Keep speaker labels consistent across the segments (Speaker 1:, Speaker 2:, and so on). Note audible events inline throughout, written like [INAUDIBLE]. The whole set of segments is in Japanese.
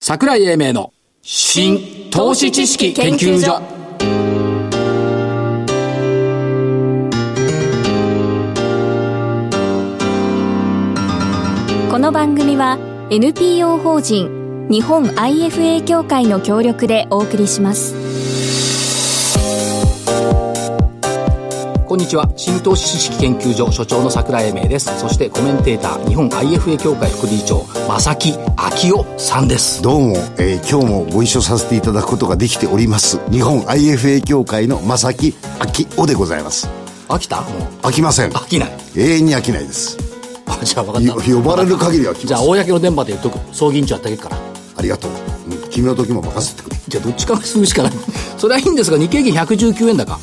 Speaker 1: 桜井英明の新投資知識研究所
Speaker 2: この番組は NPO 法人日本 IFA 協会の協力でお送りします
Speaker 1: こんにちは新投資知識研究所所長の桜井英明ですそしてコメンテーター日本 IFA 協会副理事長正木昭夫さんです
Speaker 3: どうも、えー今日もご一緒させていただくことができております日本 IFA 協会の正木明夫でございます
Speaker 1: 飽きたもう
Speaker 3: 飽きません
Speaker 1: 飽きない [LAUGHS]
Speaker 3: 永遠に飽きないです
Speaker 1: あじゃあ分
Speaker 3: い
Speaker 1: かった
Speaker 3: 呼ばれる限りは来ます
Speaker 1: じゃあ公の電波で言っとく葬儀委員長やってあげるから
Speaker 3: ありがとう、うん君の時も任せてくれ
Speaker 1: じゃあどっちかがするしかない [LAUGHS] それはいいんですが日経平均119円高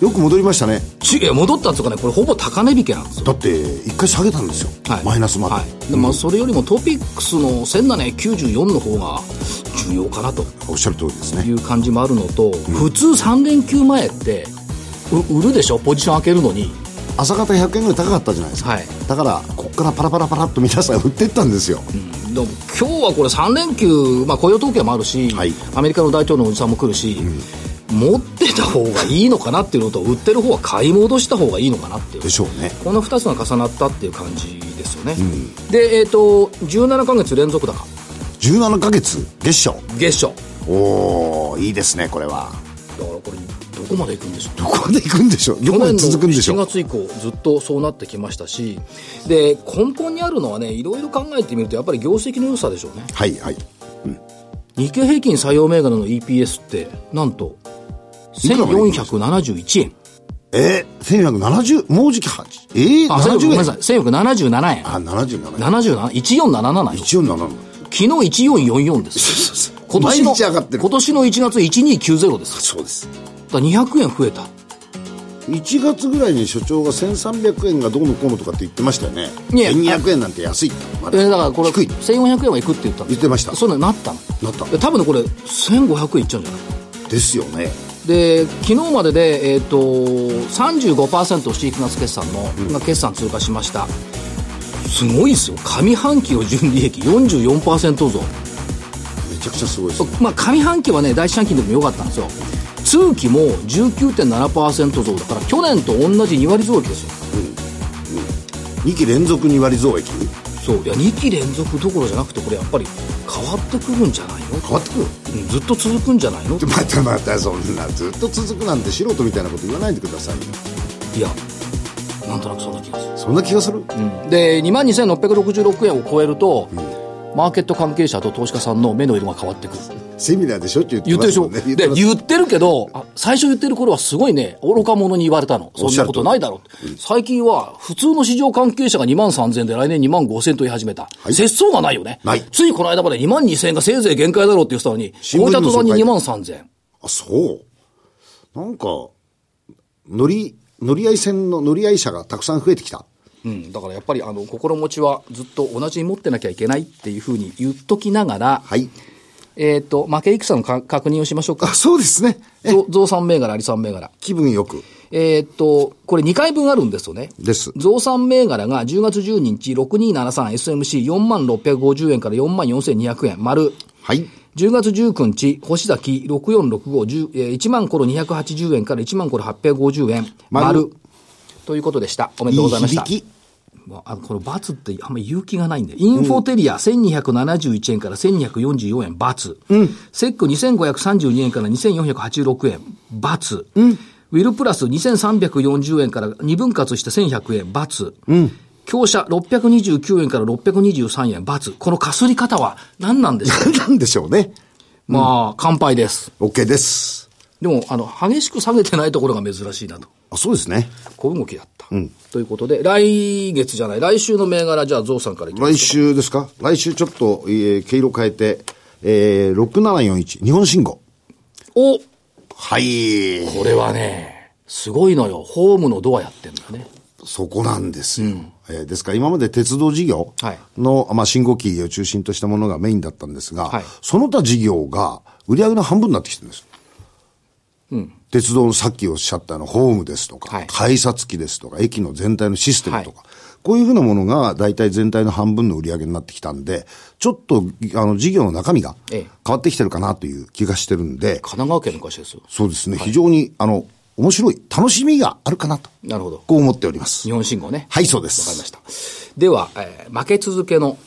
Speaker 3: よく戻りましたね
Speaker 1: ちげえ戻ったんですかねこれほぼ高値引けなんですよ
Speaker 3: だって一回下げたんですよ、
Speaker 1: はい
Speaker 3: マイナスまで、
Speaker 1: はいでまあ、それよりもトピックスの1794の方が重要かなと
Speaker 3: おっしゃる通りです
Speaker 1: い
Speaker 3: ね
Speaker 1: う感じもあるのと、普通3連休前ってう売るでしょポジション開けるのに
Speaker 3: 朝方100円ぐらい高かったじゃないですか、
Speaker 1: はい
Speaker 3: だからこっからパラパラパラっと皆さん売ってったんですよ、
Speaker 1: でも今日はこれ3連休、まあ、雇用統計もあるし、
Speaker 3: はい
Speaker 1: アメリカの大統領のおじさんも来るし、持ってた方がいいのかなっていうのと売ってる方は買い戻した方がいいのかなっていう
Speaker 3: でしょうね
Speaker 1: この2つが重なったっていう感じですよね、でえっ、と17ヶ月連続高
Speaker 3: 17ヶ月月初
Speaker 1: 月初
Speaker 3: おおいいですねこれは
Speaker 1: だからこれどこまで行くんでしょう
Speaker 3: どこまで行くんでしょうど
Speaker 1: 去
Speaker 3: こま
Speaker 1: 年
Speaker 3: で
Speaker 1: の
Speaker 3: 続くんでしょ
Speaker 1: 7
Speaker 3: う
Speaker 1: 月以降ずっとそうなってきましたしで根本にあるのはねいろいろ考えてみるとやっぱり業績の良さでしょうね
Speaker 3: はいはい
Speaker 1: 日経平均採用銘柄の EPS ってなんと1471円
Speaker 3: えー、1170もうじき8えー、
Speaker 1: あご
Speaker 3: 70
Speaker 1: めん
Speaker 3: 円
Speaker 1: なさい1477円
Speaker 3: あ77円
Speaker 1: 77 1477よ
Speaker 3: 一応7
Speaker 1: 昨日1444です [LAUGHS] 今年の
Speaker 3: [LAUGHS] 毎日上がってる
Speaker 1: 今年の1月1290です
Speaker 3: そうです
Speaker 1: だから200円増えた
Speaker 3: 1月ぐらいに所長が1300円がどうのこうのとかって言ってましたよね
Speaker 1: いや
Speaker 3: 1200円なんて安いってま
Speaker 1: え
Speaker 3: だ
Speaker 1: ーだからこれ
Speaker 3: 低い
Speaker 1: 1400円はいくって言ったんですよ
Speaker 3: 言ってました
Speaker 1: そういうのになったの
Speaker 3: なった
Speaker 1: で多分ねこれ1500円いっちゃうんじゃない
Speaker 3: ですよね
Speaker 1: で昨日までで、えー、と35%をシークナス決算の、が決算通過しましたすごいですよ上半期の純利益44%増
Speaker 3: めちゃくちゃすごいです
Speaker 1: そうまあ、上半期はね第一四半期の時も良かったんですよ通期も19.7%増だから去年と同じ2割増益ですよ
Speaker 3: 2期連続2割増益
Speaker 1: そういや2期連続どころじゃなくてこれやっぱり変わってくるんじゃないの
Speaker 3: 変わってくる
Speaker 1: うんずっと続くんじゃないの
Speaker 3: でまたまたそんなずっと続くなんて素人みたいなこと言わないでくださいよ
Speaker 1: いやなんとなくそんな気がする
Speaker 3: そんな気がする
Speaker 1: で2万2666円を超えると、マーケット関係者と投資家さんの目の色が変わってくる
Speaker 3: セミナーでしょって言
Speaker 1: 言
Speaker 3: って
Speaker 1: ってる
Speaker 3: ま
Speaker 1: ですしょ、
Speaker 3: もんね
Speaker 1: で
Speaker 3: ます
Speaker 1: 言ってるけどあ最初言ってる頃はすごいね愚か者に言われたのそ
Speaker 3: おっ
Speaker 1: ん
Speaker 3: し
Speaker 1: な
Speaker 3: ゃる
Speaker 1: こ
Speaker 3: 通り
Speaker 1: とないだろう、最近は普通の市場関係者が2万3000円で来年2万5000円と言い始めた、
Speaker 3: はい
Speaker 1: 節操がないよね
Speaker 3: ない
Speaker 1: ついこの間まで2万2000円がせいぜい限界だろうって言ってたのに
Speaker 3: 新聞
Speaker 1: 大
Speaker 3: にも
Speaker 1: 田戸さんに
Speaker 3: そう書い
Speaker 1: 2
Speaker 3: て
Speaker 1: 万3000円
Speaker 3: あ、そう。なんか、乗り、乗り合い船の乗り合い者がたくさん増えてきた。
Speaker 1: うん、だからやっぱりあの心持ちはずっと同じに持ってなきゃいけないっていうふうに言っときながら、
Speaker 3: はい。
Speaker 1: えっ、と負け戦のか確認をしましょうか
Speaker 3: あ、そうですね。え、
Speaker 1: 増増産銘柄、あり産銘柄。
Speaker 3: 気分よく。
Speaker 1: えーっと、これ2回分あるんですよね。
Speaker 3: です
Speaker 1: 増産銘柄が10月12日 6273SMC4 万650円から4万4200円、丸。
Speaker 3: はい。
Speaker 1: 10月19日、星崎6465、10えー1万頃280円から1万頃850円、丸。
Speaker 3: 丸
Speaker 1: ということでした。おめ
Speaker 3: い
Speaker 1: で
Speaker 3: い
Speaker 1: とうございました。
Speaker 3: 響き。
Speaker 1: まあ、あのこの×ってあんまり勇気がないんで、インフォテリア1271円から1244円×、セック2532円から2486円×、ウィルプラス2340円から2分割して1100円×、強者629円から623円×、このかすり方は何なんでしょ [LAUGHS] う
Speaker 3: なんでしょうね。
Speaker 1: まあ、乾杯です。
Speaker 3: OK です。
Speaker 1: でも、あの、激しく下げてないところが珍しいなと。
Speaker 3: あ、そうですね。
Speaker 1: 小動きだった。ということで、来月じゃない、来週の銘柄、じゃあ、ゾウさんからいきます
Speaker 3: 来週ですか来週ちょっと、えー、毛色変えて、えー、6741、日本信号。
Speaker 1: お
Speaker 3: はい。
Speaker 1: これはね、すごいのよ。ホームのドアやってんだよね。
Speaker 3: そこなんですよ。えーですから今まで鉄道事業の、まあ、信号機を中心としたものがメインだったんですが、
Speaker 1: はい
Speaker 3: その他事業が売り上げの半分になってきてるんです。鉄道のさっきおっしゃったあのホームですとか、
Speaker 1: はい
Speaker 3: 改札機ですとか、駅の全体のシステムとか、こういうふうなものが大体全体の半分の売り上げになってきたんで、ちょっと、あの、事業の中身が
Speaker 1: ええ
Speaker 3: 変わってきてるかなという気がしてるんで、
Speaker 1: 神奈川県の会社ですよ。
Speaker 3: そうですね、非常に、あの、面白い、楽しみがあるかなと、
Speaker 1: なるほど。
Speaker 3: こう思っております
Speaker 1: 日。本信号ね。
Speaker 3: はい、そうです。
Speaker 1: わかりました。では、えー負け続けの、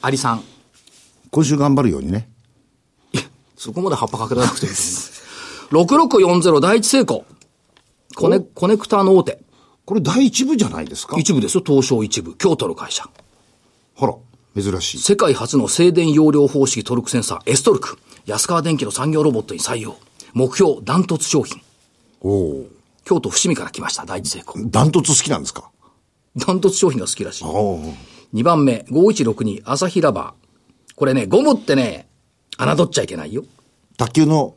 Speaker 1: アリさん。
Speaker 3: 今週頑張るようにね。
Speaker 1: そこまで葉っぱかけらなくていいです。6640第一成功。コネ、コネクターの大手。
Speaker 3: これ第一部じゃないですか
Speaker 1: 一部ですよ、東証一部。京都の会社。
Speaker 3: ほら、珍しい。
Speaker 1: 世界初の静電容量方式トルクセンサー、S トルク。安川電機の産業ロボットに採用。目標、ダントツ商品。
Speaker 3: おお。
Speaker 1: 京都伏見から来ました、第一成功。
Speaker 3: ダントツ好きなんですか
Speaker 1: ダントツ商品が好きらしい。
Speaker 3: おお。
Speaker 1: 2番目、5162、朝日ラバー。これね、ゴムってね、侮っちゃいけないよ。
Speaker 3: 卓球の、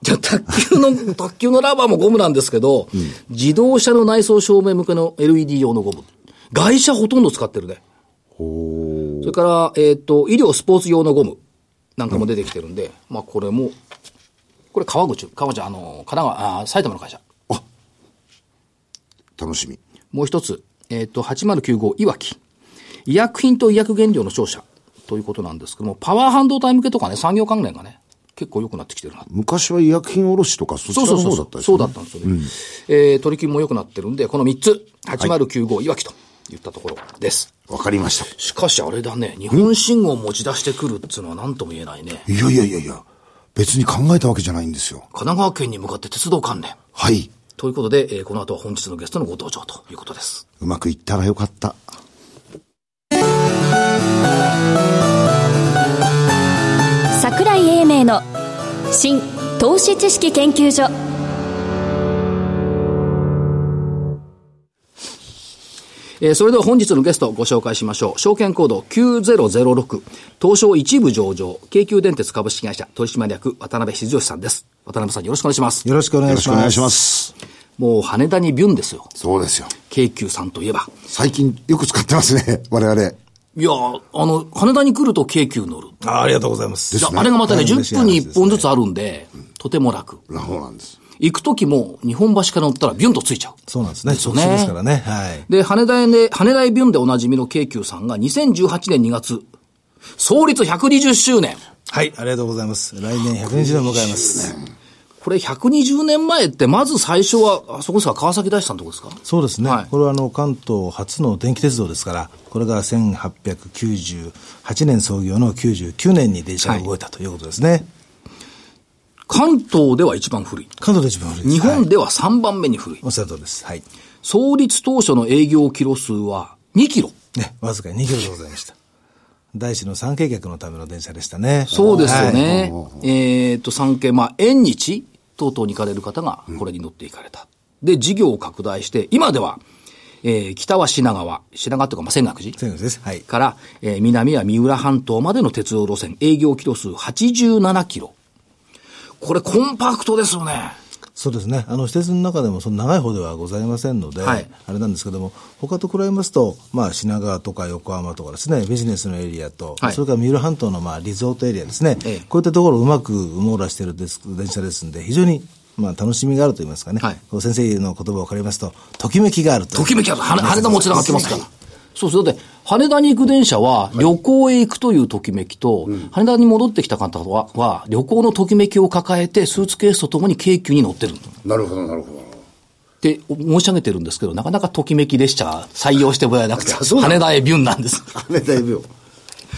Speaker 1: じゃあ、卓球 [LAUGHS] の、卓球のラバーもゴムなんですけど、自動車の内装照明向けの LED 用のゴム。外車ほとんど使ってるね。それから、えっ、と、医療スポーツ用のゴムなんかも出てきてるんで、まあこれも、これ川口、川口、あの、神奈川、あー埼玉の会社。
Speaker 3: 楽しみ。
Speaker 1: もう一つ、えっ、と、8095いわき。医薬品と医薬原料の商社ということなんですけども、パワー半導体向けとかね、産業関連がね、結構良くなってきてるな
Speaker 3: 昔は医薬品卸とかそっち
Speaker 1: そう
Speaker 3: ら
Speaker 1: そ
Speaker 3: の
Speaker 1: うそ
Speaker 3: 方
Speaker 1: うそ
Speaker 3: だっ
Speaker 1: う
Speaker 3: たです
Speaker 1: そ
Speaker 3: ね
Speaker 1: うだったんですよね。えー取り組みも良くなってるんで、この3つ、8095いわきと言ったところです。
Speaker 3: わかりました。
Speaker 1: しかしあれだね、日本信号を持ち出してくるっつうのは何とも言えないね。
Speaker 3: いやいやいやいや、別に考えたわけじゃないんですよ。
Speaker 1: 神奈川県に向かって鉄道関連。
Speaker 3: はい。
Speaker 1: ということで、えーこの後は本日のゲストのご登場ということです。
Speaker 3: うまくいったらよかった。
Speaker 2: 桜井英明の新投資知識研究所
Speaker 1: えーそれでは本日のゲストをご紹介しましょう。証券コード9006、東証一部上場、京急電鉄株式会社取締役渡辺静義さんです。渡辺さんよろしくお願いします。
Speaker 4: よろしくお願
Speaker 3: よ
Speaker 4: い
Speaker 3: ろし
Speaker 4: し
Speaker 3: くお願
Speaker 4: ま
Speaker 3: いし
Speaker 4: す。
Speaker 3: ます。
Speaker 1: もう羽田にビュンですよ。
Speaker 3: そうですよ。
Speaker 1: 京急さんといえば。
Speaker 3: 最近よく使ってます [LAUGHS] ね、我々。
Speaker 1: いやー、あの、羽田に来ると京急乗る。
Speaker 4: あありがとうございます。
Speaker 1: いやあれがまたね、
Speaker 4: 大変嬉しい
Speaker 1: 10分に
Speaker 4: 話で
Speaker 1: 1
Speaker 4: すね
Speaker 1: 本ずつあるんで、とても楽。
Speaker 3: そうなんです。
Speaker 1: 行く時も、日本橋から乗ったらビュンとついちゃう。
Speaker 4: そうなんですね。
Speaker 1: よ
Speaker 4: 直
Speaker 1: ね
Speaker 4: 進ですからね。はい。
Speaker 1: で、羽田で、羽田へビュンでおなじみの京急さんが2018年2月、創立120周年。
Speaker 4: はい、ありがとうございます。来年100年時代を迎えます。
Speaker 1: これ120年前って、まず最初は、あそこですか、川崎大師さんのとこですか
Speaker 4: そうですね。
Speaker 1: はい
Speaker 4: これはあの、関東初の電気鉄道ですから、これが1898年創業の99年に電車が動いたということですね。
Speaker 1: 関東では一番古い。
Speaker 4: 関東で一番古いです。
Speaker 1: 日
Speaker 4: はい
Speaker 1: 本では3番目に古い。
Speaker 4: おっしゃる通りです。はい。
Speaker 1: 創立当初の営業キロ数は2キロ。
Speaker 4: ね、わずかに2キロでございました。大師の参詣客のための電車でしたね。
Speaker 1: そうですよ
Speaker 4: はい
Speaker 1: ね。えっ、と、産経、まあ、縁日等々に行かれる方が、これに乗って行かれた。で、事業を拡大して、今では、えー北は品川、品川というか、まあ、仙岳
Speaker 4: そう
Speaker 1: 寺
Speaker 4: いうことです。はい。
Speaker 1: から、えー南は三浦半島までの鉄道路線、営業キロ数87キロ。これ、コンパクトですよね。
Speaker 4: そうですね。あの、私鉄の中でもその長い方ではございませんので、
Speaker 1: はい
Speaker 4: あれなんですけども、他と比べますと、まあ、品川とか横浜とかですね、ビジネスのエリアと、
Speaker 1: はい
Speaker 4: それから三浦半島のまあ、リゾートエリアですね、
Speaker 1: ええ
Speaker 4: こういったところをうまく網羅しているです電車ですんで、非常に、まあ、楽しみがあると言いますかね、
Speaker 1: はい
Speaker 4: こう先生の言葉を借りますと、ときめきがあると。
Speaker 1: ときめきある。羽羽田も繋がってますから。そうそう。だって、羽田に行く電車は、旅行へ行くというときめきと、羽田に戻ってきた方は、は旅行のときめきを抱えて、スーツケースとともに京急に乗ってる。っ
Speaker 3: なるほど、なるほど。
Speaker 1: て申し上げてるんですけど、なかなかときめき列車採用してもらえなくて、
Speaker 3: あそうなの
Speaker 1: 羽田へビュンなんです。
Speaker 3: あれだいぶよ。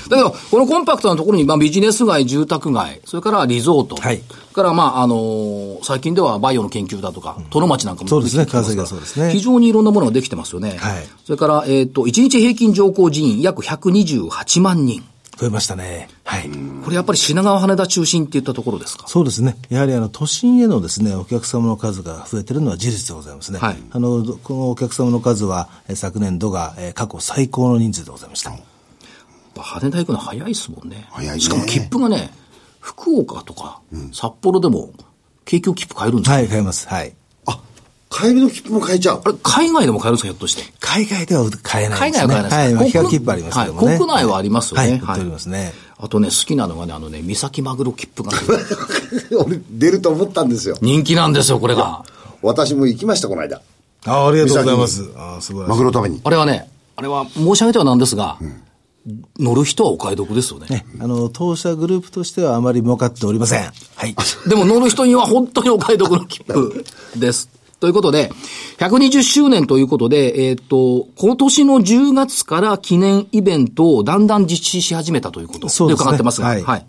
Speaker 1: だけど、このコンパクトなところに、まあ、ビジネス街、住宅街、それからリゾート、
Speaker 4: はい
Speaker 1: それから、まああのー最近ではバイオの研究だとか、殿町なんかも
Speaker 4: そうですね
Speaker 1: できてますから
Speaker 4: 川崎はそうですね
Speaker 1: 非常にいろんなものができてますよね。
Speaker 4: はい
Speaker 1: それから、えっ、と、1日平均乗降人員約128万人。
Speaker 4: 増えましたね。はい。
Speaker 1: これやっぱり品川羽田中心っていったところですか。
Speaker 4: そうですね。やはりあの都心へのですね、お客様の数が増えてるのは事実でございますね。
Speaker 1: はい
Speaker 4: あの、どこのお客様の数は、えー昨年度がえー過去最高の人数でございました。
Speaker 1: やっぱ羽田行くの早いですもんね。
Speaker 3: 早いね
Speaker 1: しかも切符がね、福岡とか、札幌でも、京急切符買えるんですよ。
Speaker 4: はい、買います。はい。
Speaker 3: あ、帰りの切符も買えちゃう [LAUGHS]
Speaker 1: あ。れ、海外でも買えるんですか、ひょっとして。
Speaker 4: 海外では買えない
Speaker 1: 海
Speaker 4: です
Speaker 1: 外
Speaker 4: ね。
Speaker 1: は買えない
Speaker 4: はい、
Speaker 1: です
Speaker 4: まあ、
Speaker 1: か
Speaker 4: 比較切符ありますけどもね。
Speaker 1: はい国内はありますよね
Speaker 4: はい、
Speaker 1: はい
Speaker 4: 売っておりますね。
Speaker 1: あとね、好きなのがね、あのね、三崎マグロ切符が
Speaker 4: [LAUGHS]
Speaker 1: ね
Speaker 3: 俺、出ると思ったんですよ。
Speaker 1: 人気なんですよ、これが。
Speaker 4: [LAUGHS]
Speaker 3: 私も行きました、この間。
Speaker 4: ああ、ありがとうござい
Speaker 3: 三
Speaker 4: ます。ああ、素晴らしい。
Speaker 3: マグロ食べに。
Speaker 1: あれはね、あれは申し上げてはなんですが、乗る人はお買い得ですよね。
Speaker 4: ね、あの、当社グループとしてはあまり儲かっておりません。はい。
Speaker 1: でも乗る人には本当にお買い得の切符です。ということで、120周年ということで、えーっ、と、今年の10月から記念イベントをだんだん実施し始めたということ
Speaker 4: そうですね
Speaker 1: 伺ってますが、
Speaker 4: はい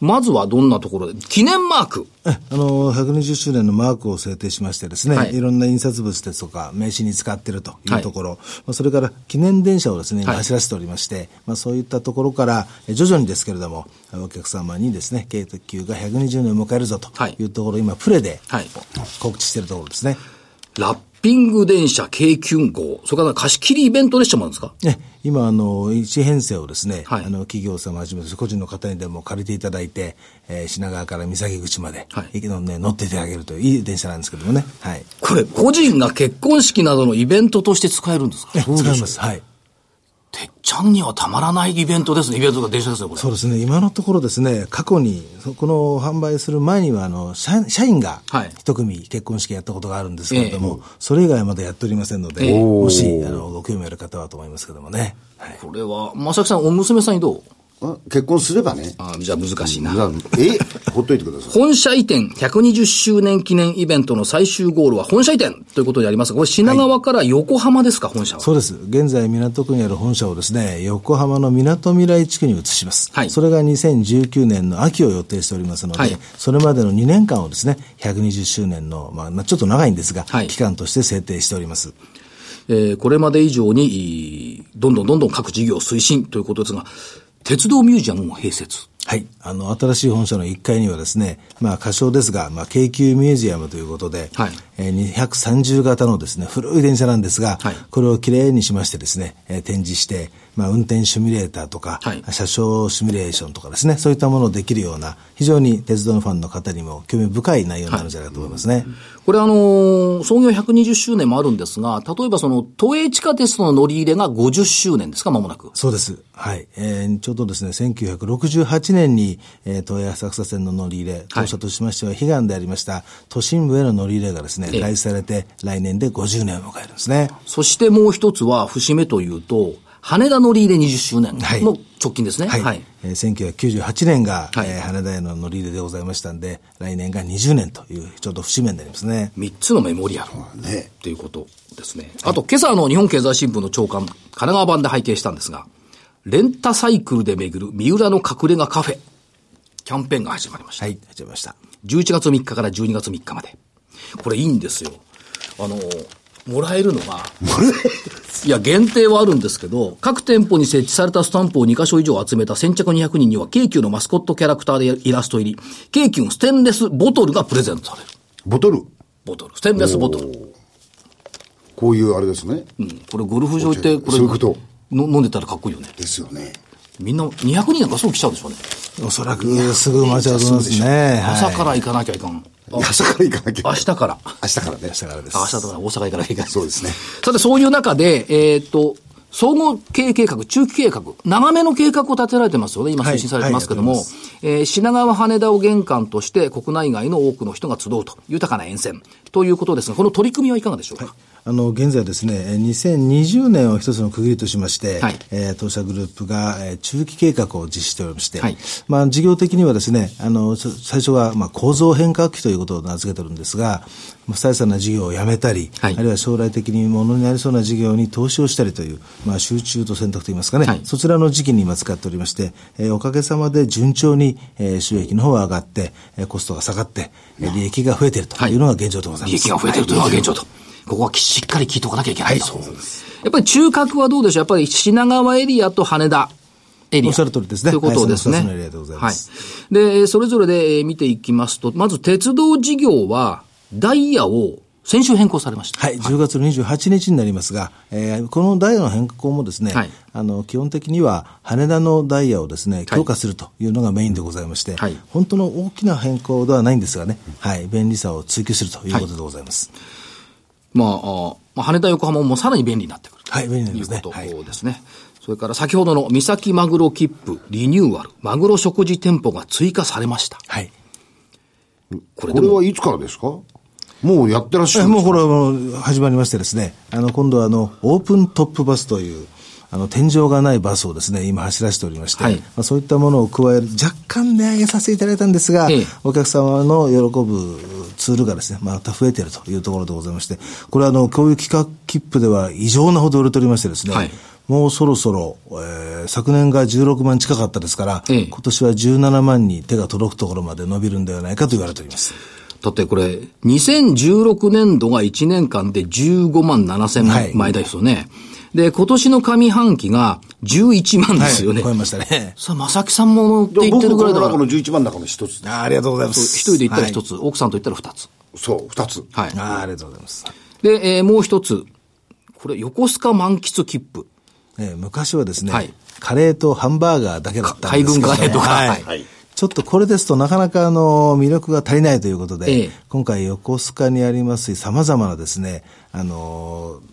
Speaker 1: まずはどんなところで、記念マーク。
Speaker 4: えあの、120周年のマークを制定しましてですね、
Speaker 1: はい
Speaker 4: い、ろんな印刷物ですとか、名刺に使ってるとい
Speaker 1: はいう
Speaker 4: ところ、まあそれから記念電車をですね、今
Speaker 1: はい
Speaker 4: 走らせておりまして、まあ、そういったところから、え徐々にですけれども、あのお客様にですね、慶特急が120年を迎えるぞと
Speaker 1: はい
Speaker 4: いうところ、今、プレで
Speaker 1: はい
Speaker 4: 告知してるところですね。
Speaker 1: ラッピング電車京急号。それから貸し切りイベント列車もあるんですか
Speaker 4: ね、今、あの、一編成をですね、
Speaker 1: はい
Speaker 4: あの、企業様はじめとして個人の方にでも借りていただいて、えー品川から三崎口まで、
Speaker 1: はい
Speaker 4: 駅のね、乗っていただけるといういい電車なんですけどもね、はい。
Speaker 1: これ、個人が結婚式などのイベントとして使えるんですか
Speaker 4: え使います。はい。
Speaker 1: てっちゃんにはたまらないイベントですね。イベントが電車ですよ、これ。
Speaker 4: そうですね、今のところですね、過去に、そこの販売する前にはあの社、社員が
Speaker 1: はい
Speaker 4: 一組結婚式やったことがあるんですけれども、
Speaker 1: え
Speaker 4: それ以外はまだやっておりませんので、
Speaker 1: ええ
Speaker 4: もしあのご興味ある方はと思いますけどもね。はい
Speaker 1: これは、まさきさん、お娘さんにどう
Speaker 3: あ結婚すればね。
Speaker 1: あじゃあ難しいな。
Speaker 3: えほっといてください。
Speaker 1: 本社移転120周年記念イベントの最終ゴールは本社移転ということでありますが、これ品川から横浜ですか、本社は。
Speaker 4: そうです。現在、港区にある本社をですね、横浜の港未来地区に移します。
Speaker 1: はい
Speaker 4: それが2019年の秋を予定しておりますので、
Speaker 1: はい
Speaker 4: それまでの2年間をですね、120周年の、まあまあ、ちょっと長いんですが、
Speaker 1: はい
Speaker 4: 期間として制定しております。
Speaker 1: えーこれまで以上に、いーどんどんどんどん各事業推進ということですが、鉄道ミュージアムも併設。
Speaker 4: はい。あの、新しい本社の1階にはですね、まあ、仮称ですが、まあ、京急ミュージアムということで、
Speaker 1: はい
Speaker 4: えー230型のですね、古い電車なんですが、
Speaker 1: はい
Speaker 4: これをきれいにしましてですね、えー展示して、まあ、運転シミュレーターとか、
Speaker 1: はい
Speaker 4: 車掌シミュレーションとかですね、そういったものをできるような、非常に鉄道のファンの方にも興味深い内容になるんじゃないかと思いますね。
Speaker 1: これあのー創業120周年もあるんですが、例えばその、都営地下鉄の乗り入れが50周年ですか、間もなく。
Speaker 4: そうです。はい。えーちょうどですね、1968年に、えー、東映浅草線の乗り入れ、当社としましては悲願でありました、都心部への乗り入れがですね、
Speaker 1: ええ
Speaker 4: 開始されて、来年で50年を迎えるんですね。
Speaker 1: そしてもう一つは、節目というと、羽田乗り入れ20周年
Speaker 4: はい
Speaker 1: の直近ですね。
Speaker 4: はい。
Speaker 1: はい
Speaker 4: えー1998年が、
Speaker 1: はい
Speaker 4: えー羽田への乗り入れでございましたんで、来年が20年という、ちょうど節目になりますね。
Speaker 1: 三つのメモリアル
Speaker 3: ね
Speaker 1: ということですね。あと、今朝の日本経済新聞の長官、神奈川版で拝見したんですが、レンタサイクルで巡る三浦の隠れ家カフェ、キャンペーンが始まりました。
Speaker 4: はい。始めました。
Speaker 1: 11月3日から12月3日まで。これいいんですよ。あの、もらえるのが、いや、限定はあるんですけど、各店舗に設置されたスタンプを2箇所以上集めた先着200人には、京急のマスコットキャラクターでイラスト入り、京急のステンレスボトルがプレゼントされる。
Speaker 3: ボトル。
Speaker 1: ボトル、ステンレスボトル。
Speaker 3: こういうあれですね。
Speaker 1: うんこれゴルフ場行って、これ、
Speaker 3: そういうこと
Speaker 1: の飲んでたらかっこいいよね。
Speaker 3: ですよね。
Speaker 1: みんな200人なんかすぐ来ちゃうでしょうね。
Speaker 4: おそらく、すぐ待ち合わせますね。
Speaker 1: 朝
Speaker 4: は
Speaker 1: から行かなきゃいかん。あ
Speaker 3: 朝から行かなきゃ。
Speaker 1: 明日から。
Speaker 3: 明日からね。
Speaker 4: い。からです。
Speaker 1: あ明日だから大阪行かなきゃいけない。
Speaker 3: そうですね。
Speaker 1: さて、そういう中で、えーっと、総合経営計画、中期計画、長めの計画を立てられてますよね。今
Speaker 4: はい
Speaker 1: 推進されてますけど
Speaker 4: はい
Speaker 1: も
Speaker 4: やって、
Speaker 1: えー品川羽田を玄関として国内外の多くの人が集うと、豊かな沿線ということですが、この取り組みはいかがでしょうか。
Speaker 4: あの現在ですね、えー2020年を一つの区切りとしまして、
Speaker 1: はい
Speaker 4: えー当社グループが、えー中期計画を実施しておりまして、
Speaker 1: はい
Speaker 4: まあ、事業的にはですね、あのそ最初は、まあ、構造変革期ということを名付けてるんですが、まあ不採算な事業をやめたり、
Speaker 1: はい
Speaker 4: あるいは将来的にものになりそうな事業に投資をしたりという、まあ、集中と選択といいますかね、
Speaker 1: はい
Speaker 4: そちらの時期に今使っておりまして、えーおかげさまで順調に、えー収益の方は上がって、えーコストが下がって、えー利益が増えているというのが現状でござい
Speaker 1: 利
Speaker 4: ます。
Speaker 1: 益が増えているというのが現状と。ここはしっかり聞いておかなきゃいけないと。やっぱり中核はどうでしょうやっぱり品川エリアと羽田エリア。
Speaker 4: おっしゃる通りですね
Speaker 1: ということですね。
Speaker 4: はいその二つのエリアでございます
Speaker 1: はい。で、それぞれでえー見ていきますと、まず鉄道事業はダイヤを先週変更されました。
Speaker 4: はい、10月の28日になりますが、えーこのダイヤの変更もですね、
Speaker 1: はい
Speaker 4: あの基本的には羽田のダイヤをですね強化するというのがメインでございまして、
Speaker 1: はい
Speaker 4: 本当の大きな変更ではないんですがね、はい、便利さを追求するということでございます。
Speaker 1: まああー、まあ、羽田横浜もさらに便利になってくると
Speaker 4: はい便利になりますね
Speaker 1: ということですね。それから先ほどの三崎マグロ切符リニューアル、マグロ食事店舗が追加されました。
Speaker 4: はい
Speaker 1: これ
Speaker 3: こ
Speaker 1: で
Speaker 3: れ
Speaker 1: も
Speaker 3: はいつからですかもうやってらっしゃ
Speaker 4: え
Speaker 3: る
Speaker 4: もうこれはもう始まりましてですね、あの、今度はあの、オープントップバスという、あの、天井がないバスをですね、今走らせておりまして、
Speaker 1: はい
Speaker 4: まあ、そういったものを加える、若干値上げさせていただいたんですが、
Speaker 1: ええ
Speaker 4: お客様の喜ぶツールがですね、また増えているというところでございまして、これはあの、こういう企画切符では異常なほど売れておりましてですね、
Speaker 1: はい
Speaker 4: もうそろそろ、えー昨年が16万近かったですから、
Speaker 1: ええ
Speaker 4: 今年は17万に手が届くところまで伸びるんではないかと言われております。
Speaker 1: だってこれ、2016年度が1年間で15万7千
Speaker 4: はい
Speaker 1: 枚台ですよね。で、今年の上半期が11万ですよね。
Speaker 4: はい、超えましたね。
Speaker 1: さあ、正木さんも乗って
Speaker 3: で
Speaker 1: 行っ
Speaker 3: 僕
Speaker 1: てるぐらいだ
Speaker 3: こ
Speaker 1: か
Speaker 3: の中
Speaker 1: ら
Speaker 3: の、11番の中の一つ
Speaker 4: あありがとうございます。
Speaker 1: 一人で行ったら
Speaker 4: は
Speaker 1: 一
Speaker 4: い
Speaker 1: つ、奥さんと行ったら二つ。
Speaker 3: そう二つ
Speaker 1: はい。
Speaker 4: あーありがとうございます。
Speaker 1: で、えーもう一つ。これ、横須賀満喫切符。
Speaker 4: えー昔はですね、
Speaker 1: はい
Speaker 4: カレーとハンバーガーだけだったんですけど、
Speaker 1: 海軍カレーとか
Speaker 4: はい
Speaker 1: はい
Speaker 4: ちょっとこれですとなかなかあの魅力が足りないということで、
Speaker 1: ええ
Speaker 4: 今回横須賀にあります様々なですね、あのー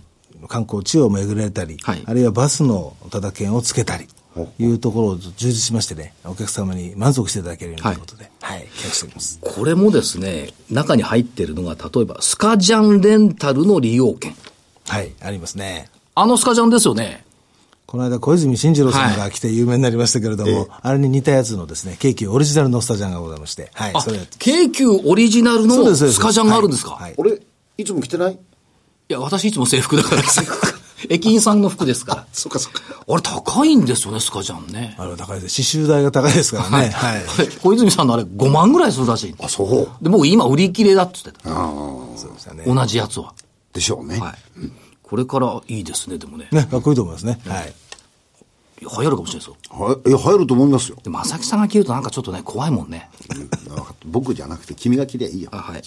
Speaker 4: 観光地を巡られたり、
Speaker 1: はい
Speaker 4: あるいはバスのただ券をつけたり、いうところを充実しましてね、お客様に満足していただけるようにということで、はい、企画しております。
Speaker 1: これもですね、中に入ってるのが、例えば、スカジャンレンタルの利用券。
Speaker 4: はい、ありますね。
Speaker 1: あのスカジャンですよね。
Speaker 4: この間、小泉進次郎さんが来て有名になりましたけれども、あれに似たやつのですね、京急オリジナルのスタジャンがございまして、はい、
Speaker 1: あ
Speaker 4: それをやって、
Speaker 1: 京急オリジナル
Speaker 4: そうで
Speaker 1: の
Speaker 4: すそうで
Speaker 1: ス
Speaker 4: す
Speaker 1: カジャンがあるんですか
Speaker 4: はいはい
Speaker 3: 俺いつも着てない
Speaker 1: いや、私いつも制服だからです。 [LAUGHS] 駅員さんの服ですから。
Speaker 3: そっかそっか
Speaker 1: あれ高いんですよね、スカジャンね。
Speaker 4: あれは高いです。刺繍代が高いですからね。はい。
Speaker 1: あれ小泉さんのあれ5万ぐらいするらしいんで
Speaker 3: あそう
Speaker 1: で、もう今売り切れだって言ってた。
Speaker 4: そうでしたね。
Speaker 1: 同じやつは。
Speaker 3: でしょうね、
Speaker 1: はい。これからいいですね、でもね。
Speaker 4: ね、かっこいいと思いますね。はい。
Speaker 1: 流行るかもしれないですよ。
Speaker 3: はい、いや入ると思いますよ
Speaker 1: でも、浅木さんが着るとなんかちょっとね、怖いもんね。
Speaker 3: 分かった僕じゃなくて君が着りゃいいよ
Speaker 1: あはい。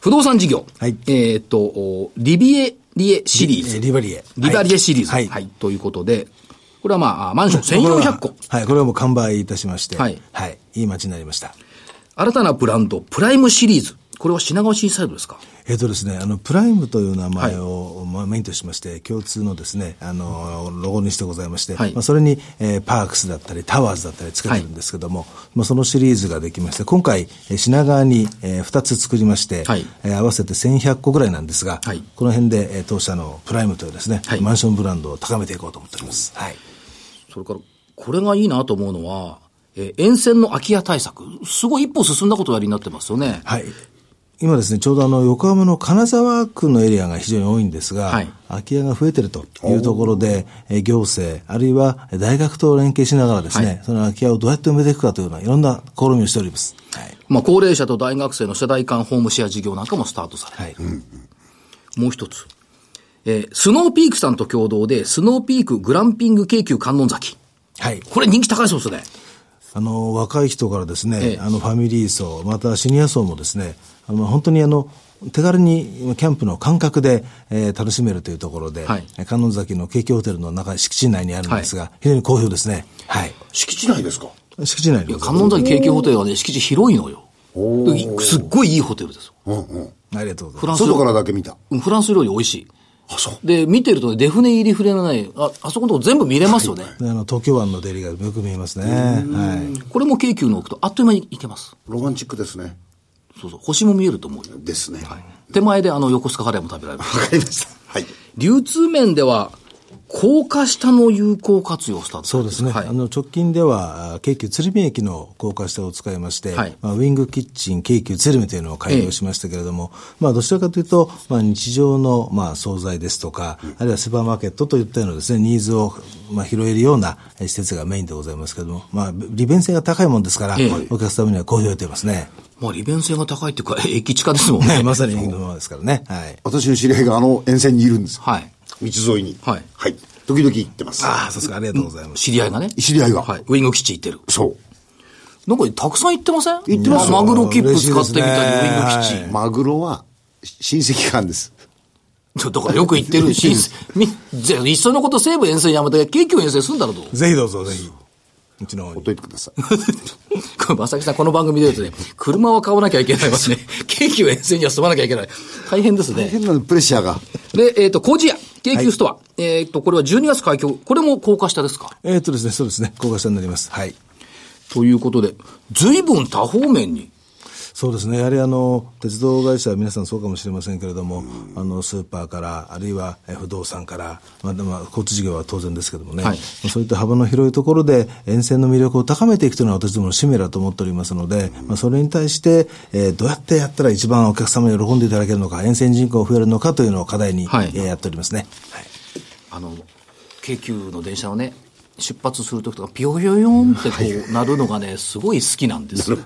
Speaker 1: 不動産事業。
Speaker 4: はい
Speaker 1: えーっと、おリビエリエシリーズ。
Speaker 4: リバリエ。
Speaker 1: リバリエシリーズ。
Speaker 4: は
Speaker 1: はい。
Speaker 4: い。はい
Speaker 1: ということで、 [LAUGHS] これはまああ、マンション1400個。
Speaker 4: はい、これはもう完売いたしまして、
Speaker 1: は
Speaker 4: はいい。はい。いい街になりました。
Speaker 1: 新たなブランド、プライムシリーズ。これは品川シーサイドですか
Speaker 4: えっとですね、あの、プライムという名前を、まあ、メインとしまして、共通のですね、あの、ロゴにしてございまして、
Speaker 1: はい
Speaker 4: まあ、それに、えーパークスだったり、タワーズだったりつけてるんですけども、まあ、そのシリーズができまして、今回、えー品川に、え2つ作りまして、
Speaker 1: はい
Speaker 4: えー合わせて1100個ぐらいなんですが、
Speaker 1: はい
Speaker 4: この辺で、えー当社のプライムというですね、
Speaker 1: はい
Speaker 4: マンションブランドを高めていこうと思っております。はい。
Speaker 1: それから、これがいいなと思うのは、えー沿線の空き家対策。すごい一歩進んだことをやりになってますよね。
Speaker 4: はい。今ですね、ちょうどあの、横浜の金沢区のエリアが非常に多いんですが、
Speaker 1: はい
Speaker 4: 空き家が増えてるというところで、え行政、あるいは大学と連携しながらですね、
Speaker 1: はい
Speaker 4: その空き家をどうやって埋めていくかというような、いろんな試みをしております。はい。
Speaker 1: まあ、高齢者と大学生の世代間ホームシェア事業なんかもスタートされて、
Speaker 4: はい。
Speaker 1: もう一つ。えースノーピークさんと共同で、スノーピークグランピング京急観音崎。
Speaker 4: はい。
Speaker 1: これ人気高いそうですね。
Speaker 4: あの、若い人からですね、
Speaker 1: ええ
Speaker 4: あの、ファミリー層、またシニア層もですね、あの、本当にあの、手軽にキャンプの感覚で、えー楽しめるというところで、
Speaker 1: はい
Speaker 4: 観音崎の京急ホテルの中、敷地内にあるんですが、非常に好評ですね。はい。
Speaker 3: 敷地内ですか
Speaker 4: 敷地内に
Speaker 1: いや、観音崎京急ホテルはね、敷地広いのよ。すっごいいいホテルですよ。
Speaker 3: うんうん
Speaker 4: ありがとうございます
Speaker 1: フ。ランス
Speaker 3: 外
Speaker 1: 料
Speaker 3: からだけ見た
Speaker 1: うんフランス料理美味しい。
Speaker 3: あそう
Speaker 1: で、見てるとね、デフネ入りフレのない、あ、あそこのとこ全部見れますよね。
Speaker 4: あの東京湾の出入りがよく見えますね。はい。
Speaker 1: これも京急の奥とあっという間に行けます。
Speaker 3: ロマンチックですね
Speaker 1: そうそう、星も見えると思うよ。
Speaker 3: ですねはい
Speaker 1: 手前であの横須賀カレーも食べられます。
Speaker 3: わかりましたはい
Speaker 1: 流通面では、高架下の有効活用をスタートさ
Speaker 4: そ
Speaker 1: れ
Speaker 4: う
Speaker 1: てる
Speaker 4: ですね。
Speaker 1: はい
Speaker 4: あの直近ではあ京急鶴見駅の高架下を使いまして、
Speaker 1: はい
Speaker 4: まあ、ウィングキッチン京急鶴見というのを開業しましたけれども、まあどちらかというと、まあ、日常の、まあ、惣菜ですとか、あるいはスーパーマーケットといったようなですねニーズを、まあ、拾えるようなえ施設がメインでございますけれども、まあ、利便性が高いもんですから、
Speaker 1: ええ
Speaker 4: お客様には好評を得ていますね。
Speaker 1: まあ、利便性が高いっていうか、駅地下ですもんね。
Speaker 4: [LAUGHS] まさに駅のままですからね。はい。
Speaker 3: 私の知り合いがあの沿線にいるんです
Speaker 1: はい。
Speaker 3: 道沿いに
Speaker 1: はい
Speaker 3: はい、時々行ってます
Speaker 4: ああ、そうですか。ありがとうございます。
Speaker 1: 知り合いがね。
Speaker 3: 知り合いが
Speaker 1: はい。ウィング基地行ってる。
Speaker 3: そう
Speaker 1: なんかたくさん行ってません
Speaker 3: 行ってますよ
Speaker 1: マグロ切符使ってみたり、ウ
Speaker 4: 嬉しいです
Speaker 1: ィン
Speaker 4: ね
Speaker 1: グ基地。
Speaker 4: は
Speaker 3: マグロはし親戚間です
Speaker 1: ちょだからよく行ってる
Speaker 4: [LAUGHS]
Speaker 1: し、み、じゃあ一緒のこと西武沿線やめて、京急沿線すんだろうと。 [LAUGHS]
Speaker 4: ぜひどうぞ、ぜひ。うちの方に
Speaker 3: ほっといてください
Speaker 1: これ、まさきさん、この番組で言うとね、車は買わなきゃいけないわね。京急沿線には住まなきゃいけない。大変ですね。
Speaker 3: 変なプレッシャーが
Speaker 1: で、えっ、と、工事屋、京急ストア。えっ、と、これは12月開業。これも高架下ですか。
Speaker 4: えーっとですね、そうですね、高架下になります。はい。
Speaker 1: ということで、随分多方面に。
Speaker 4: そうですね、やはりあの鉄道会社は皆さんそうかもしれませんけれども、あのスーパーから、あるいはえ不動産から、まあでもまあ、交通事業は当然ですけどもね、
Speaker 1: はい
Speaker 4: そういった幅の広いところで、沿線の魅力を高めていくというのは、私どもの使命だと思っておりますので、まあ、それに対して、えーどうやってやったら一番お客様に喜んでいただけるのか、沿線人口を増えるのかというのを課題に、
Speaker 1: はい
Speaker 4: えーやっておりますね。はい
Speaker 1: あの京急の電車をね出発する時とかピヨヨヨンってこう鳴るのがねすごい好きなんですよ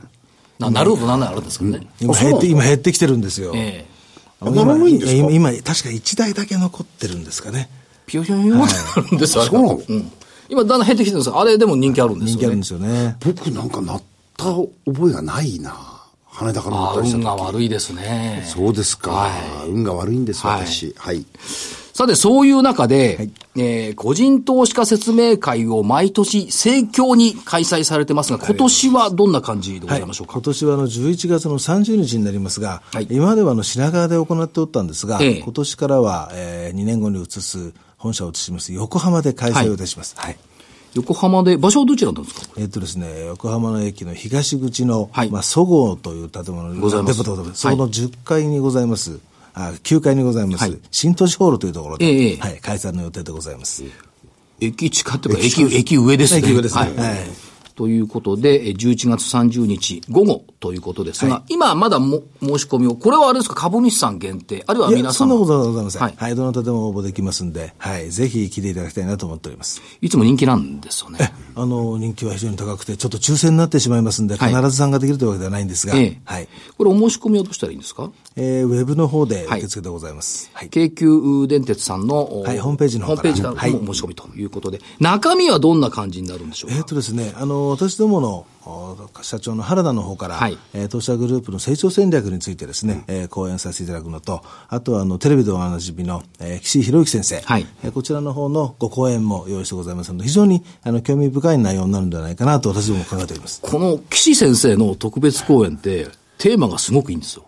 Speaker 1: ななるほどなんならあるんですけどね、
Speaker 4: 今減って、今減ってきてるんですよ。
Speaker 1: ええ
Speaker 4: あの
Speaker 3: ならないんですか
Speaker 4: 今、今、今確か1台だけ残ってるんですかね。
Speaker 1: ピヨヨヨンってなるんですよ、
Speaker 3: そうな
Speaker 1: あ
Speaker 3: の
Speaker 1: れがうん今だんだん減ってきてるんですよあれでも人気あるんですよ、
Speaker 4: 人気
Speaker 1: ね、
Speaker 4: あるんですよね。
Speaker 3: 僕なんかなった覚えがないな。羽田から乗
Speaker 1: あ
Speaker 3: ったり
Speaker 1: ー
Speaker 3: した
Speaker 1: 運
Speaker 3: 時
Speaker 1: が悪いですね
Speaker 3: そうですか、
Speaker 1: は
Speaker 3: 運が悪いんです、
Speaker 1: はい
Speaker 3: 私。はい。
Speaker 1: さて、そういう中で、
Speaker 4: はい
Speaker 1: えー個人投資家説明会を毎年盛況に開催されてますが、今年はどんな感じでございましょうか。
Speaker 4: 今年はあの11月の30日になりますが、
Speaker 1: はい
Speaker 4: 今まではあの品川で行っておったんですが、
Speaker 1: ええ
Speaker 4: 今年からは、え2年後に移す、本社を移します横浜で開催をいたします。はい
Speaker 1: 横浜で、場所はどちらなんですか
Speaker 4: えっとですね、横浜の駅の東口の、
Speaker 1: はい
Speaker 4: まあ、そごうという建物に
Speaker 1: ございます
Speaker 4: デポートそこの10階にございます。あ9階にございます、
Speaker 1: はい
Speaker 4: 新都市ホールというところで、
Speaker 1: ええ
Speaker 4: はい、開催の予定でございます。
Speaker 1: 駅近っていうか、駅、駅上ですね。
Speaker 4: 駅上ですね
Speaker 1: はい。
Speaker 4: はい
Speaker 1: ということで、えー11月30日午後ということですが、
Speaker 4: は
Speaker 1: 今まだも申し込みを、これはあれですか、株主さん限定、あるいはい
Speaker 4: や、
Speaker 1: 皆
Speaker 4: そ
Speaker 1: さ
Speaker 4: ん
Speaker 1: ん
Speaker 4: なことはございません。
Speaker 1: は
Speaker 4: はいい、どなたでも応募できますんで、はい、ぜひ来ていただきたいなと思っております。
Speaker 1: いつも人気なんですよね。
Speaker 4: [LAUGHS] あの、人気は非常に高くて、ちょっと抽選になってしまいますんで、
Speaker 1: は
Speaker 4: 必
Speaker 1: い
Speaker 4: ず参加できるというわけではないんですが、
Speaker 1: え
Speaker 4: は
Speaker 1: え
Speaker 4: い。
Speaker 1: これお申し込みをどうしたらいいんですか
Speaker 4: えーウェブの方で
Speaker 1: はい
Speaker 4: 受付でございます。はい。
Speaker 1: 京急電鉄さんの、お
Speaker 4: はいホームページの方
Speaker 1: ホームページ
Speaker 4: から
Speaker 1: からもお申し込みということで、中身はどんな感じになるんでしょうか、
Speaker 4: えっとですね、あの、私どものお社長の原田の方から、
Speaker 1: はい
Speaker 4: えー当社グループの成長戦略についてですね、えー講演させていただくのと、あとは、あの、テレビでおなじみの、えー岸井博之先生、
Speaker 1: はい
Speaker 4: えーこちらの方のご講演も用意してございますので、非常に、あの、興味深い内容になるんじゃないかなと私どもも考えております。
Speaker 1: この岸先生の特別講演って、テーマがすごくいいんですよ。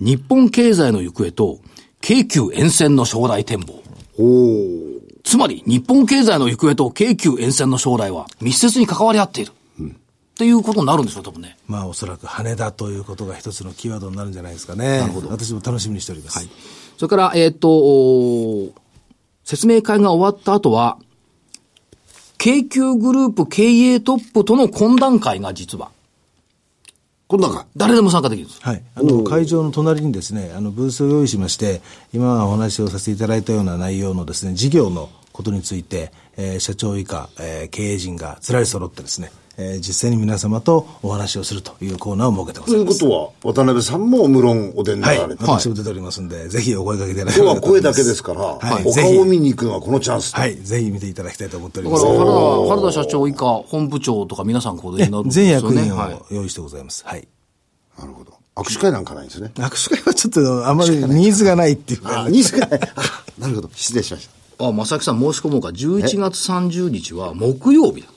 Speaker 1: 日本経済の行方と、京急沿線の将来展望。つまり、日本経済の行方と京急沿線の将来は密接に関わり合っている。っていうことになるんですよ、多分ね。
Speaker 4: まあ、おそらく羽田ということが一つのキーワードになるんじゃないですかね。なるほど。私も楽しみにしております。はい。
Speaker 1: それから、えっ、と、おー説明会が終わった後は、京急グループ経営トップとの懇談会が実は、
Speaker 3: 今度は、
Speaker 1: 誰でも参加できるんです。
Speaker 4: あの会場の隣にですね、あのブースを用意しまして、今お話をさせていただいたような内容のですね、事業のことについて、えー社長以下、えー経営陣がずらり揃ってですね、えー実際に皆様とお話をするというコーナーを設けてご
Speaker 3: と
Speaker 4: ざ
Speaker 3: い
Speaker 4: いうま
Speaker 3: こ
Speaker 4: す。
Speaker 3: とは、渡辺さんも無論お出にな
Speaker 4: はい、
Speaker 3: られて、
Speaker 4: 私も出ておりますんで、ぜひお声掛けいただけれ
Speaker 3: 今日は
Speaker 4: ばと思
Speaker 3: 声
Speaker 4: いま
Speaker 3: だけですから、
Speaker 4: はい、
Speaker 3: お
Speaker 4: ぜ
Speaker 3: 顔を
Speaker 4: ひ、
Speaker 3: 見に行くのはこのチャンスと。
Speaker 4: はい、ぜひ見ていただきたいと思っており
Speaker 1: だか
Speaker 4: ま
Speaker 1: ら
Speaker 4: す。
Speaker 1: 原田、原田社長以下、本部長とか皆さんここで
Speaker 4: え
Speaker 1: になるんです
Speaker 4: 全
Speaker 1: よ
Speaker 4: 役
Speaker 1: ね。
Speaker 4: 員
Speaker 1: はい
Speaker 4: を用意してございます。はい。
Speaker 3: なるほど。握手会なんかないんですね。
Speaker 4: 握手会はちょっとあまりニーズがないっていうか
Speaker 3: あ、ニーズがない。あなるほど。失礼しまし
Speaker 1: あ、正木さん申し込もうか。11月30日は木曜日だ。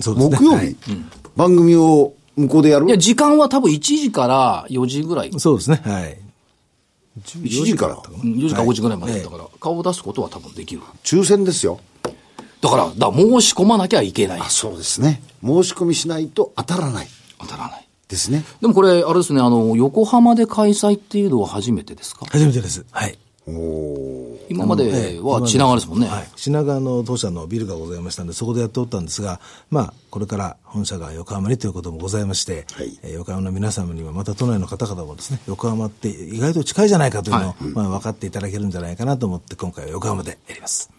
Speaker 4: そ
Speaker 3: た。
Speaker 4: うです
Speaker 3: 木
Speaker 4: ね
Speaker 3: 曜
Speaker 4: はい
Speaker 3: 日、番組を向こうでやる
Speaker 1: いや、時間は多分1時から4時ぐらい。
Speaker 4: そうですね。はい。
Speaker 3: ?1 時から。
Speaker 1: うん4時か5時ぐらいまで
Speaker 4: はい
Speaker 1: だから、顔を出すことは多分できる。
Speaker 3: 抽選ですよ。
Speaker 1: だから、だから申し込まなきゃいけない。
Speaker 3: そうですね。申し込みしないと当たらない。
Speaker 1: 当たらない。
Speaker 3: ですね。
Speaker 1: でもこれ、あれですね、あの、横浜で開催っていうのは初めてですか
Speaker 4: 初めてです。はい。
Speaker 3: おおー。
Speaker 1: 今までは品川ですもんね。
Speaker 4: はい品川の当社のビルがございましたんで、そこでやっておったんですが、まあ、これから本社が横浜にということもございまして、
Speaker 3: はい
Speaker 4: えー横浜の皆様には、また都内の方々もですね、横浜って意外と近いじゃないかというのを、まあ、分かっていただけるんじゃないかなと思って、今回は横浜でやります。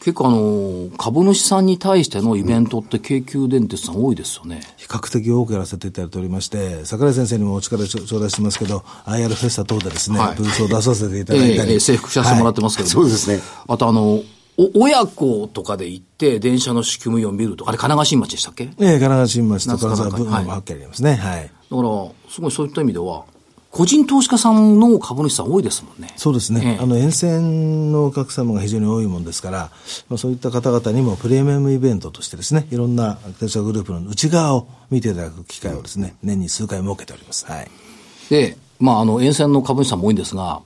Speaker 1: 結構あの、株主さんに対してのイベントって京急電鉄さん多いですよね。
Speaker 4: 比較的多くやらせていただいておりまして、桜井先生にもお力ちょ頂戴してますけど、IR フェスタ等でですね、
Speaker 1: はい
Speaker 4: ブースを出させていた
Speaker 1: え
Speaker 4: だ
Speaker 1: え
Speaker 4: いた
Speaker 1: え
Speaker 4: り。
Speaker 1: え制服させてもらってますけど、
Speaker 3: はいそうですね。
Speaker 1: あとあの、お親子とかで行って、電車の仕組みを見るとか、あれ、神奈川新町でしたっけだか
Speaker 4: ええ、神奈川新町と
Speaker 1: 夏かなん
Speaker 4: 金
Speaker 1: か
Speaker 4: 沢文
Speaker 1: はい
Speaker 4: 化も発見ありますね。はい。
Speaker 1: ら、すごいそういった意味では、個人投資家さんの株主さん多いですもんね。
Speaker 4: そうですね、
Speaker 1: ええ
Speaker 4: あの沿線のお客様が非常に多いもんですから、まあ、そういった方々にもプレミアムイベントとしてですね、いろんな電車グループの内側を見ていただく機会をですね、年に数回設けております。はい。
Speaker 1: で、まあ、あの、沿線の株主さんも多いんですが、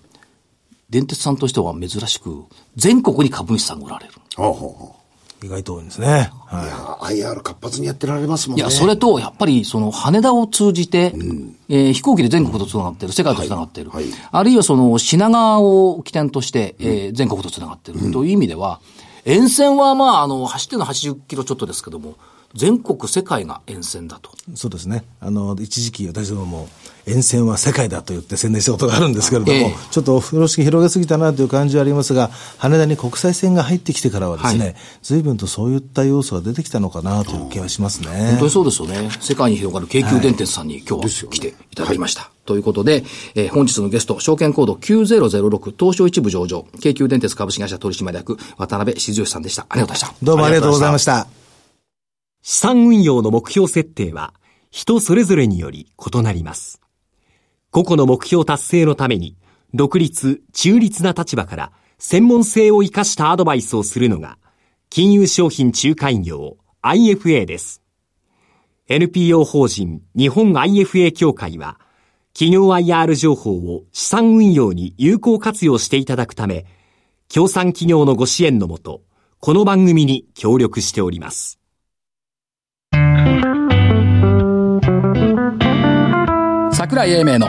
Speaker 1: 電鉄さんとしては珍しく、全国に株主さんがおられる。
Speaker 3: ほうほうほう。
Speaker 4: 意外と多いんですね。
Speaker 3: い
Speaker 4: は
Speaker 3: や、IR 活発にやってられますもん
Speaker 1: い
Speaker 3: ね。
Speaker 1: や、それと、やっぱり、その、羽田を通じて、えー飛行機で全国とつながってる、世界とつながってる。
Speaker 3: はいはい
Speaker 1: あるいは、その、品川を起点として、えー全国とつながってる。という意味では、沿線は、まあ、あの、走ってるのは80キロちょっとですけども、全国、世界が沿線だと。
Speaker 4: い。そうですね。あの、一時期私どもも、沿線は世界だと言って宣伝したことがあるんですけれども、
Speaker 1: ええ
Speaker 4: ちょっと風呂敷広げすぎたなという感じはありますが、羽田に国際線が入ってきてからはですね、
Speaker 1: はい
Speaker 4: 随分とそういった要素が出てきたのかなという気はしますね。
Speaker 1: 本当にそうですよね。世界に広がる京急電鉄さんに今日は来ていただきました。ということで、えー本日のゲスト、証券コード9006東証一部上場、京急電鉄株式会社取締役、渡辺静義さんでした。ありがとうございました。
Speaker 4: どうもありがとうございました。
Speaker 5: 資産運用の目標設定は人それぞれにより異なります。個々の目標達成のために独立、中立な立場から専門性を生かしたアドバイスをするのが金融商品仲介業 IFA です。NPO 法人日本 IFA 協会は企業 IR 情報を資産運用に有効活用していただくため、協賛企業のご支援のもと、この番組に協力しております。
Speaker 1: 桜井英明の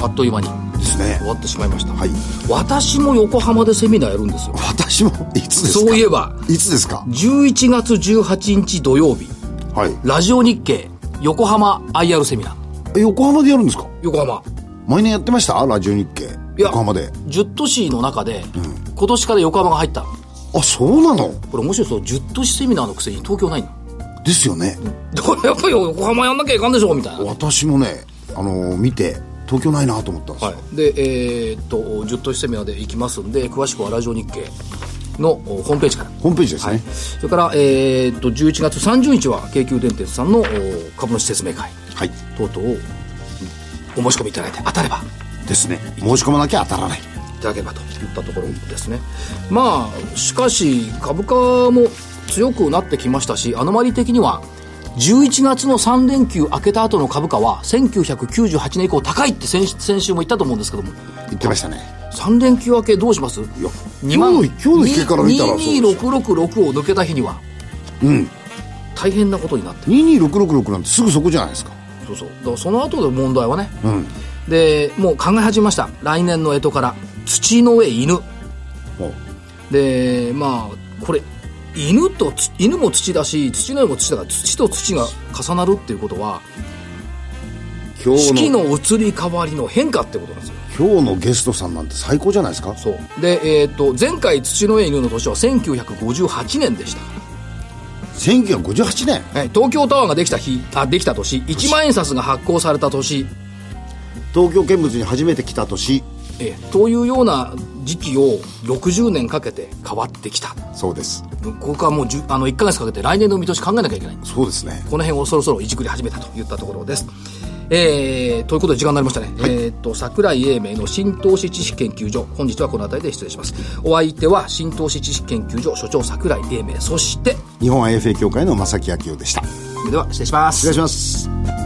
Speaker 1: あっという間に
Speaker 3: ですね
Speaker 1: 終。わってしまいました、
Speaker 3: はい。
Speaker 1: 私も横浜でセミナーやるんですよ
Speaker 3: 私も、いつですか
Speaker 1: そういえば
Speaker 3: いつですか
Speaker 1: 11月18日土曜日
Speaker 3: はい。
Speaker 1: ラジオ日経横浜 IR セミナー
Speaker 3: え横浜でやるんですか
Speaker 1: 横浜
Speaker 3: 毎年やってましたラジオ日経。
Speaker 1: や
Speaker 3: 横浜で。
Speaker 1: 10都市の中で、今年から横浜が入った
Speaker 3: あ、そうなの
Speaker 1: これ面白いですよ10都市セミナーのくせに東京ない [LAUGHS] の
Speaker 3: ですよね。
Speaker 1: だからやっぱり横浜やんなきゃいかんでしょみたいな
Speaker 3: 私もね、あのー見て、東京ないなと思ったんですよ。
Speaker 1: はい、でえーっと10都市セミナーで行きますんで詳しくはラジオ日経のおホームページから
Speaker 3: ホームページですね。
Speaker 1: それから、えーっと11月30日は京急電鉄さんのお株主説明会
Speaker 3: はい。
Speaker 1: 等々をお申し込みいただいて当たれば
Speaker 3: ですね。申し込まなきゃ当たらない。
Speaker 1: いただければといったところですね、まあしかし株価も強くなってきましたしアノマリ的には11月の3連休明けた後の株価は1998年以降高いって先先週も言ったと思うんですけども
Speaker 3: 言ってましたね。
Speaker 1: 3連休明けどうします
Speaker 3: いや、
Speaker 1: 2万
Speaker 3: 今日、今日の日経から見たらそうですよ。
Speaker 1: 22666を抜けた日には
Speaker 3: うん。
Speaker 1: 大変なことになってる
Speaker 3: 22666なんてすぐそこじゃないですか。
Speaker 1: そうそうだからその後で問題はね
Speaker 3: うん。
Speaker 1: でもう考え始めました来年の干支から土の上犬
Speaker 3: もう
Speaker 1: でまあこれ犬とつ犬も土だし土の上も土だから土と土が重なるっていうことは
Speaker 3: 今
Speaker 1: 四季
Speaker 3: 日の、
Speaker 1: の移り変わりの変化ってことなんですよ
Speaker 3: 今日のゲストさんなんて最高じゃないですか。
Speaker 1: そうでえっと前回土の上犬の年は1958年でしたか
Speaker 3: 1958年。
Speaker 1: ら、はい、東京タワーができた日あできた年1万円札が発行された年
Speaker 3: 東京見物に初めて来た年
Speaker 1: ええというような時期を60年かけて変わってきた
Speaker 3: そうです
Speaker 1: ここはもう10あの1ヶ月かけて来年の見通し考えなきゃいけない
Speaker 3: そうですね
Speaker 1: この辺をそろそろいじくり始めたといったところです。えー、ということで時間になりましたね。えっ、と、桜井英明の新投資知識研究所、本日はこの辺りで失礼します。お相手は新投資知識研究所所長桜井英明、そして、
Speaker 3: 日本 IFA 協会の正木明夫でした
Speaker 1: それでは失礼します
Speaker 3: 失礼。します